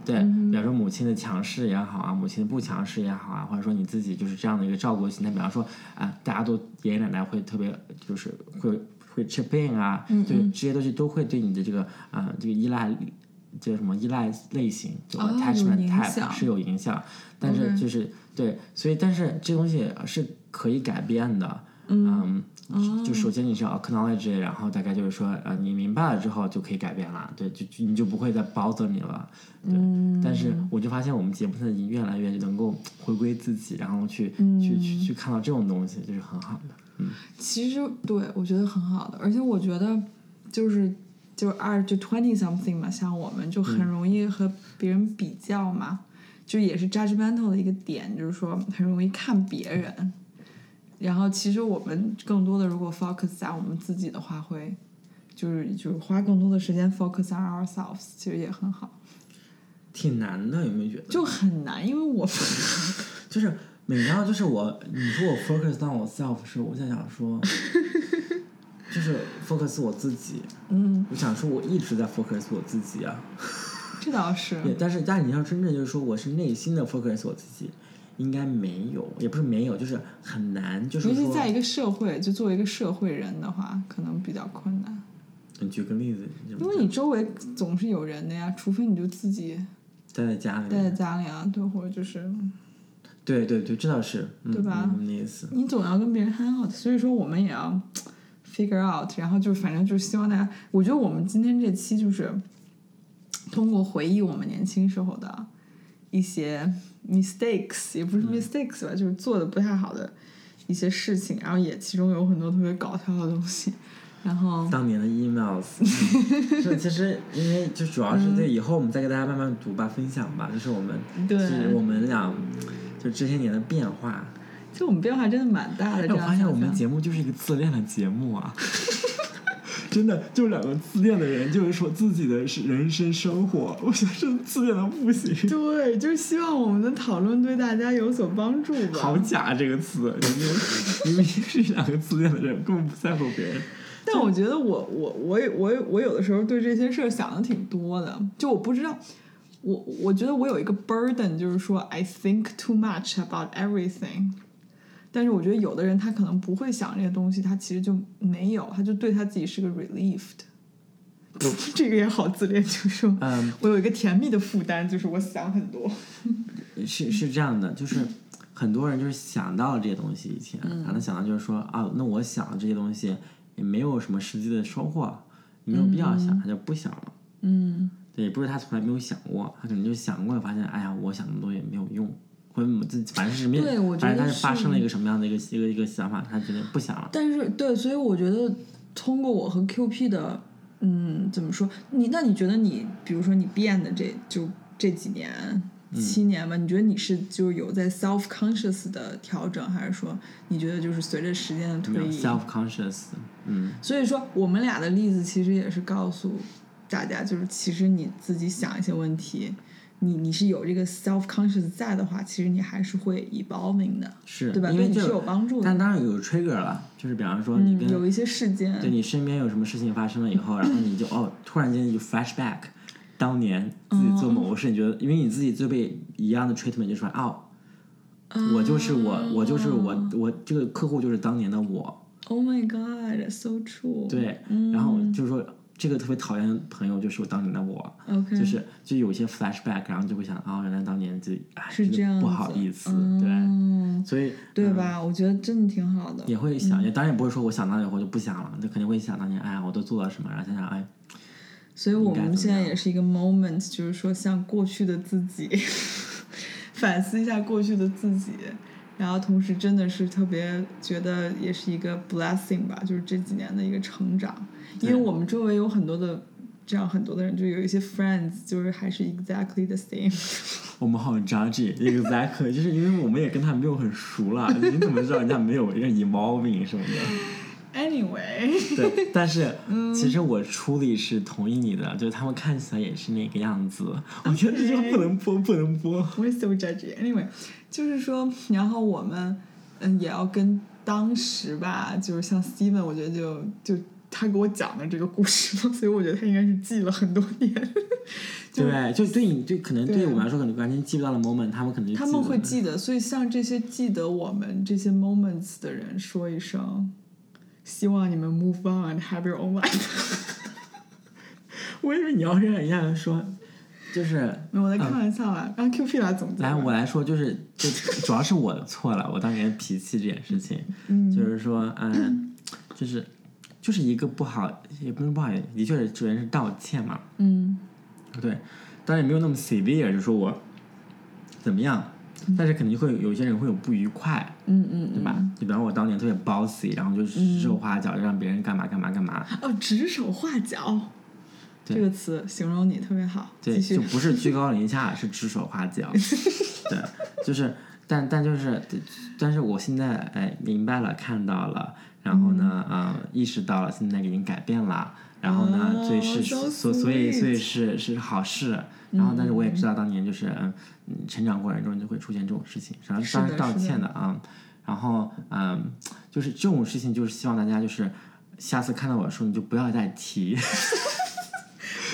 Speaker 1: 对，
Speaker 2: 嗯
Speaker 1: 比方说母亲的强势也好啊，母亲的不强势也好啊，或者说你自己就是这样的一个照顾形态，比方说啊、大家都爷爷奶奶会特别就是会会 chip in 啊，
Speaker 2: 嗯
Speaker 1: 对这些东西都会对你的这个啊、这个依赖这个什么依赖类型就
Speaker 2: 哦有
Speaker 1: attachment
Speaker 2: 影
Speaker 1: type、
Speaker 2: 响嗯
Speaker 1: 是有影响，但是
Speaker 2: OK
Speaker 1: 就是对，所以但是这东西是可以改变的，嗯，就首先你是要 acknowledge，然后大概就是说，呃，你明白了之后就可以改变了，对，就就你就不会再 bother 你了，对。但是我就发现我们节目现在已经越来越能够回归自己，然后去、去去去看到这种东西，就是很好的。
Speaker 2: 其实对我觉得很好的，而且我觉得就是就是二就 twenty something 嘛，像我们就
Speaker 1: 嗯
Speaker 2: 很容易和别人比较嘛，就也是 judgmental 的一个点，就是说很容易看别人。然后其实我们更多的如果 focus 在我们自己的话，会就是就是花更多的时间 focus on ourselves，其实也很好，
Speaker 1: 挺难的，有没有觉得？
Speaker 2: 就很难，因为我们
Speaker 1: 就是每当就是我，你说我 focus on myself 的时候，我在想说，就是 focus 我自己。
Speaker 2: 嗯，
Speaker 1: 我想说，我一直在 focus 我自己啊。
Speaker 2: 这倒是
Speaker 1: 对，但是但是你要真正就是说，我是内心的 focus 我自己，应该没有，也不是没有，就是很难，就是
Speaker 2: 尤其
Speaker 1: 说，
Speaker 2: 在一个社会，就作为一个社会人的话，可能比较困难。
Speaker 1: 你举个例子，
Speaker 2: 因为你周围总是有人的呀，除非你就自己
Speaker 1: 待在家里
Speaker 2: 待在
Speaker 1: 面，
Speaker 2: 家里啊，对，或者就是
Speaker 1: 对对对，这倒是，嗯、
Speaker 2: 对吧
Speaker 1: 嗯、那意思，
Speaker 2: 你总要跟别人 hang out，所以说我们也要 figure out，然后就是反正就是希望大家，我觉得我们今天这期就是通过回忆我们年轻时候的一些 mistakes，也不是
Speaker 1: 嗯
Speaker 2: mistakes 吧，就是做的不太好的一些事情，然后也其中有很多特别搞笑的东西，然后
Speaker 1: 当年的 emails，嗯是其实因为就主
Speaker 2: *laughs*
Speaker 1: 要是对以后我们再给大家慢慢读吧，分享吧，这是我们，
Speaker 2: 嗯对
Speaker 1: 是我们俩就这些年的变化。
Speaker 2: 就我们变化真的蛮大的。
Speaker 1: 哎，
Speaker 2: 这
Speaker 1: 我
Speaker 2: 样
Speaker 1: 发现我们
Speaker 2: 想想
Speaker 1: 节目就是一个自恋的节目啊。真的，就两个自恋的人，就是说自己的是人生生活，我觉得真的自恋的不行，
Speaker 2: *laughs* 对，就是希望我们的讨论对大家有所帮助吧。
Speaker 1: 好假这个词，明明明明是两个自恋的人，根本不在乎别人。
Speaker 2: 但我觉得我我我也我也我有的时候对这些事儿想的挺多的，就我不知道，我我觉得我有一个 burden，就是说 I think too much about everything。但是我觉得有的人他可能不会想这些东西，他其实就没有，他就对他自己是个 relieved。这个也好自恋，就是说
Speaker 1: 嗯，
Speaker 2: 我有一个甜蜜的负担，就是我想很多。
Speaker 1: 是是这样的，就是很多人就是想到了这些东西以前，
Speaker 2: 嗯
Speaker 1: 然后想到就是说啊，那我想了这些东西也没有什么实际的收获，没有必要想，他就不想了。
Speaker 2: 嗯，
Speaker 1: 对，也不是他从来没有想过，他可能就想过，发现哎呀，我想那么多也没有用，或者自己反正是没有
Speaker 2: 对我，觉
Speaker 1: 反正他
Speaker 2: 得
Speaker 1: 是发
Speaker 2: 是
Speaker 1: 生了一个什么样的一个一个一个想法，他觉得不想了。
Speaker 2: 但是对，所以我觉得通过我和 QP 的，嗯，怎么说？你那你觉得你，比如说你变的这就这几年、七年吧，你觉得你是就是有在 self conscious 的调整，还是说你觉得就是随着时间的
Speaker 1: 没有
Speaker 2: 推移？
Speaker 1: self conscious，嗯，
Speaker 2: 所以说我们俩的例子其实也是告诉大家，就是其实你自己想一些问题。你你是有这个 self conscious 在的话，其实你还是会 evolving 的，
Speaker 1: 是
Speaker 2: 对吧？
Speaker 1: 因为
Speaker 2: 对你
Speaker 1: 这
Speaker 2: 是
Speaker 1: 个
Speaker 2: 有帮助的。
Speaker 1: 但当然有 trigger 了，就是比方说哦你
Speaker 2: 嗯，
Speaker 1: 跟
Speaker 2: 有一些事件，
Speaker 1: 对你身边有什么事情发生了以后，然后你就哦，突然间就 flashback 当年自己做某个事，你觉得因为你自己就被一样的 treatment，就说哦，我就是我，我就是
Speaker 2: 嗯
Speaker 1: 我，我这个客户就是当年的我，
Speaker 2: Oh my god, so true。
Speaker 1: 对，
Speaker 2: 嗯
Speaker 1: 然后就是说这个特别讨厌的朋友就是我当年的我。
Speaker 2: ，OK，
Speaker 1: 就是就有些 flashback，然后就会想啊、哦，原来当年自己哎，
Speaker 2: 是
Speaker 1: 真的
Speaker 2: 这样子，
Speaker 1: 不好意思，
Speaker 2: 嗯
Speaker 1: 对，所以
Speaker 2: 对吧？我觉得真的挺好的。
Speaker 1: 嗯也会
Speaker 2: 嗯
Speaker 1: 想，也当然也不会说我想到以后就不想了，就肯定会想当年，哎呀，我都做了什么，然后想想，哎，
Speaker 2: 所以我
Speaker 1: 应该怎么
Speaker 2: 们
Speaker 1: 样
Speaker 2: 现在也是一个 moment，就是说向过去的自己 *laughs* 反思一下过去的自己，然后同时真的是特别觉得也是一个 blessing 吧，就是这几年的一个成长，因为我们周围有很多的这样很多的人，就有一些 friends 就是还是 exactly the same。
Speaker 1: 我们好 judgy，exactly，就是因为我们也跟他没有很熟了， *laughs* 你怎么知道人家没有任意毛病什么的？
Speaker 2: Anyway，
Speaker 1: 对，但是其实我初里是同意你的，就是他们看起来也是那个样子，我觉得这就不能播，不能播。
Speaker 2: We're so judgy. Anyway，就是说，然后我们嗯也要跟当时吧，就是像 Steven，我觉得就就他给我讲的这个故事嘛， *laughs* 所以我觉得他应该是记了很多年。就是
Speaker 1: 对，就对你，对可能对
Speaker 2: 对
Speaker 1: 我们来说，可能完全记不到的 moment，他们可能就
Speaker 2: 他们
Speaker 1: 得
Speaker 2: 会记得，所以像这些记得我们这些 moments 的人说一声，希望你们 move on and have your own life。
Speaker 1: 我以为你要是让人家说，就是
Speaker 2: 没有我在开玩笑啊啦，让 QP 来总结吧。
Speaker 1: 嗯来我来说，就是就主要是我的错了，我当年脾气这件事情，就是说，嗯，就是就是一个不好，也不是不好，的确是主要是道歉嘛，
Speaker 2: 嗯，
Speaker 1: 对，当然也没有那么 severe，就说我怎么样，但是肯定会有有一些人会有不愉快，
Speaker 2: 嗯嗯
Speaker 1: 对吧？就比方我当年特别 bossy，然后就指手画脚，让别人干嘛干嘛干嘛，
Speaker 2: 哦，指手画脚
Speaker 1: 对
Speaker 2: 这个词形容你特别好，
Speaker 1: 对，
Speaker 2: 继续
Speaker 1: 就。不是居高临下，是指手
Speaker 2: *laughs*
Speaker 1: 画脚。对，就是，但但就是，但是我现在哎明白了，看到了，然后呢，
Speaker 2: 嗯
Speaker 1: 啊、意识到了，现在已经改变了，然后呢，
Speaker 2: 哦
Speaker 1: 所以是
Speaker 2: so
Speaker 1: 所所以
Speaker 2: sweet
Speaker 1: 所以是是好事。然后，但是我也知道当年就是嗯嗯成长过程中就会出现这种事情，然后
Speaker 2: 是的
Speaker 1: 当然道
Speaker 2: 是的
Speaker 1: 歉的啊。然后嗯，就是这种事情，就是希望大家就是下次看到我的时候，你就不要再提。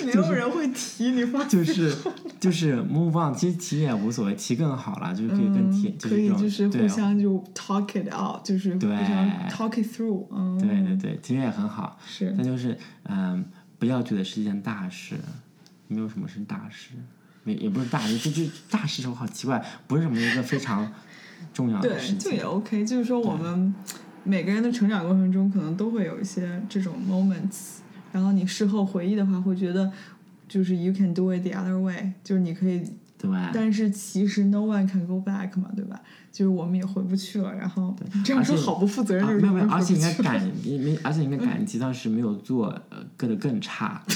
Speaker 2: 没有人会提你放
Speaker 1: *laughs* 就是就是 move on，其实提也无所谓，提更好了，就是可以跟提、
Speaker 2: 嗯可
Speaker 1: 就是
Speaker 2: 以
Speaker 1: 这种
Speaker 2: 就是
Speaker 1: 对啊
Speaker 2: 互相就 talk it out，就是互
Speaker 1: 对
Speaker 2: 相 talk it through，嗯，
Speaker 1: 对对对，提也很好，
Speaker 2: 是
Speaker 1: 但就是嗯、不要觉得是一件大事，没有什么是大事，没也不是大事，就就大事我好奇怪，不是什么一个非常重要的事
Speaker 2: 对，就
Speaker 1: 情
Speaker 2: 也。OK，就是说我们每个人的成长过程中可能都会有一些这种 moments，然后你事后回忆的话，会觉得就是 you can do it the other way，就是你可以
Speaker 1: 对吧？
Speaker 2: 但是其实 no one can go back 嘛，对吧？就是我们也回不去了。然后这样说
Speaker 1: 而且
Speaker 2: 好不负责任，
Speaker 1: 啊
Speaker 2: 就是
Speaker 1: 没有没有，
Speaker 2: 我们
Speaker 1: 而且
Speaker 2: 回
Speaker 1: 应
Speaker 2: 不
Speaker 1: 该
Speaker 2: 去了
Speaker 1: 感没，而且应该感激当时没有做呃更的更差。 *laughs*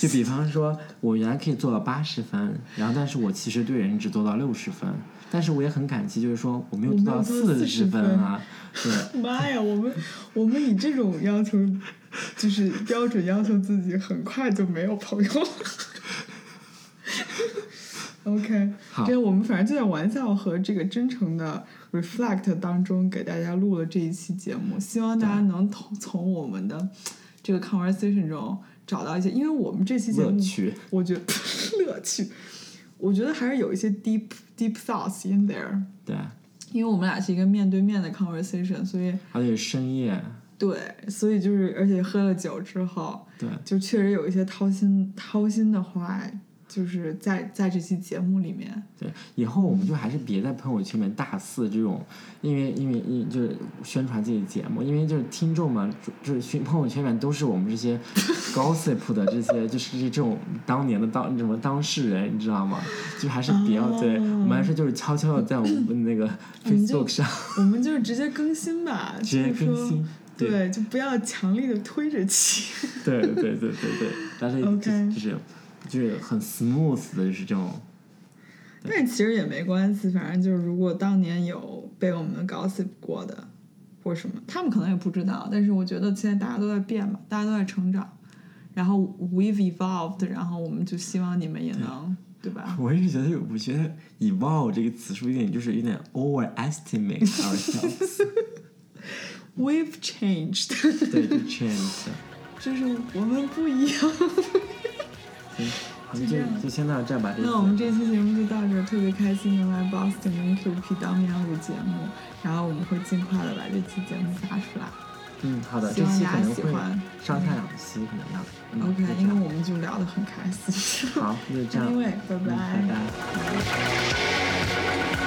Speaker 1: 就比方说，我原来可以做到八十分，然后但是我其实对人只做到六十分，但是我也很感激，就是说我没有
Speaker 2: 我
Speaker 1: 做
Speaker 2: 没有
Speaker 1: 到
Speaker 2: 做
Speaker 1: 四十
Speaker 2: 40分
Speaker 1: 啊。对，
Speaker 2: 妈呀，我们我们以这种要求，就是标准要求自己，很快就没有朋友 *laughs* 了。OK，
Speaker 1: 好
Speaker 2: 这我们反正就在玩笑和这个真诚的 reflect 当中给大家录了这一期节目，希望大家能从从我们的这个 conversation 中找到一些，因为我们这期节目
Speaker 1: 乐趣
Speaker 2: 我觉得 *laughs* 乐趣，我觉得还是有一些 deep deep thoughts in there，
Speaker 1: 对，
Speaker 2: 因为我们俩是一个面对面的 conversation，所以
Speaker 1: 而且深夜，
Speaker 2: 对，所以就是而且喝了酒之后，
Speaker 1: 对
Speaker 2: 就确实有一些掏心掏心的话，就是在在这期节目里面，
Speaker 1: 对，以后我们就还是别在朋友圈里面大肆这种，因为因为因为就是宣传自己节目，因为就是听众嘛，就就是群朋友圈里面都是我们
Speaker 2: *laughs*
Speaker 1: 这些 gossip 的这些，就是这种当年的当什么当事人，你知道吗？就还是比
Speaker 2: 哦
Speaker 1: 较、对，我们还是就是悄悄的在
Speaker 2: *laughs*
Speaker 1: 我们那个
Speaker 2: 们嗯就
Speaker 1: Facebook 上
Speaker 2: 我们就是直接更新吧，
Speaker 1: 直接
Speaker 2: 就是
Speaker 1: 更
Speaker 2: 说
Speaker 1: 新，
Speaker 2: 对，
Speaker 1: 对
Speaker 2: 就不要强力的推着起。
Speaker 1: 对对对对对，但是
Speaker 2: *laughs* OK
Speaker 1: 就就是就是很 smooth 的就是这种，
Speaker 2: 但其实也没关系，反正就是如果当年有被我们 gossip 过的，或什么，他们可能也不知道。但是我觉得现在大家都在变嘛，大家都在成长，然后 we've evolved，然后我们就希望你们也能，对吧？
Speaker 1: 我一直觉得有，我觉得 evolve 这个词是不是有点就是有点 overestimate
Speaker 2: *laughs*
Speaker 1: 啊 ourselves。
Speaker 2: We've changed， *laughs*
Speaker 1: 对，就 change 的。
Speaker 2: 就是我们不一样。
Speaker 1: 我们就就先到这儿吧。
Speaker 2: 那我们这期节目就到这儿，特别开心能来 Boston 跟 QP 当面录节目，然后我们会尽快的把这期节目发出来。
Speaker 1: 嗯，好的，
Speaker 2: 希
Speaker 1: 这
Speaker 2: 望
Speaker 1: 期
Speaker 2: 大
Speaker 1: 可
Speaker 2: 家
Speaker 1: 能
Speaker 2: 喜
Speaker 1: 会
Speaker 2: 欢
Speaker 1: 上下两期，可能要。嗯
Speaker 2: OK，
Speaker 1: 就这
Speaker 2: 因
Speaker 1: 样
Speaker 2: 为我们就聊得很开心。
Speaker 1: 好，那就这样，嗯
Speaker 2: Anyway，拜
Speaker 1: 嗯拜拜。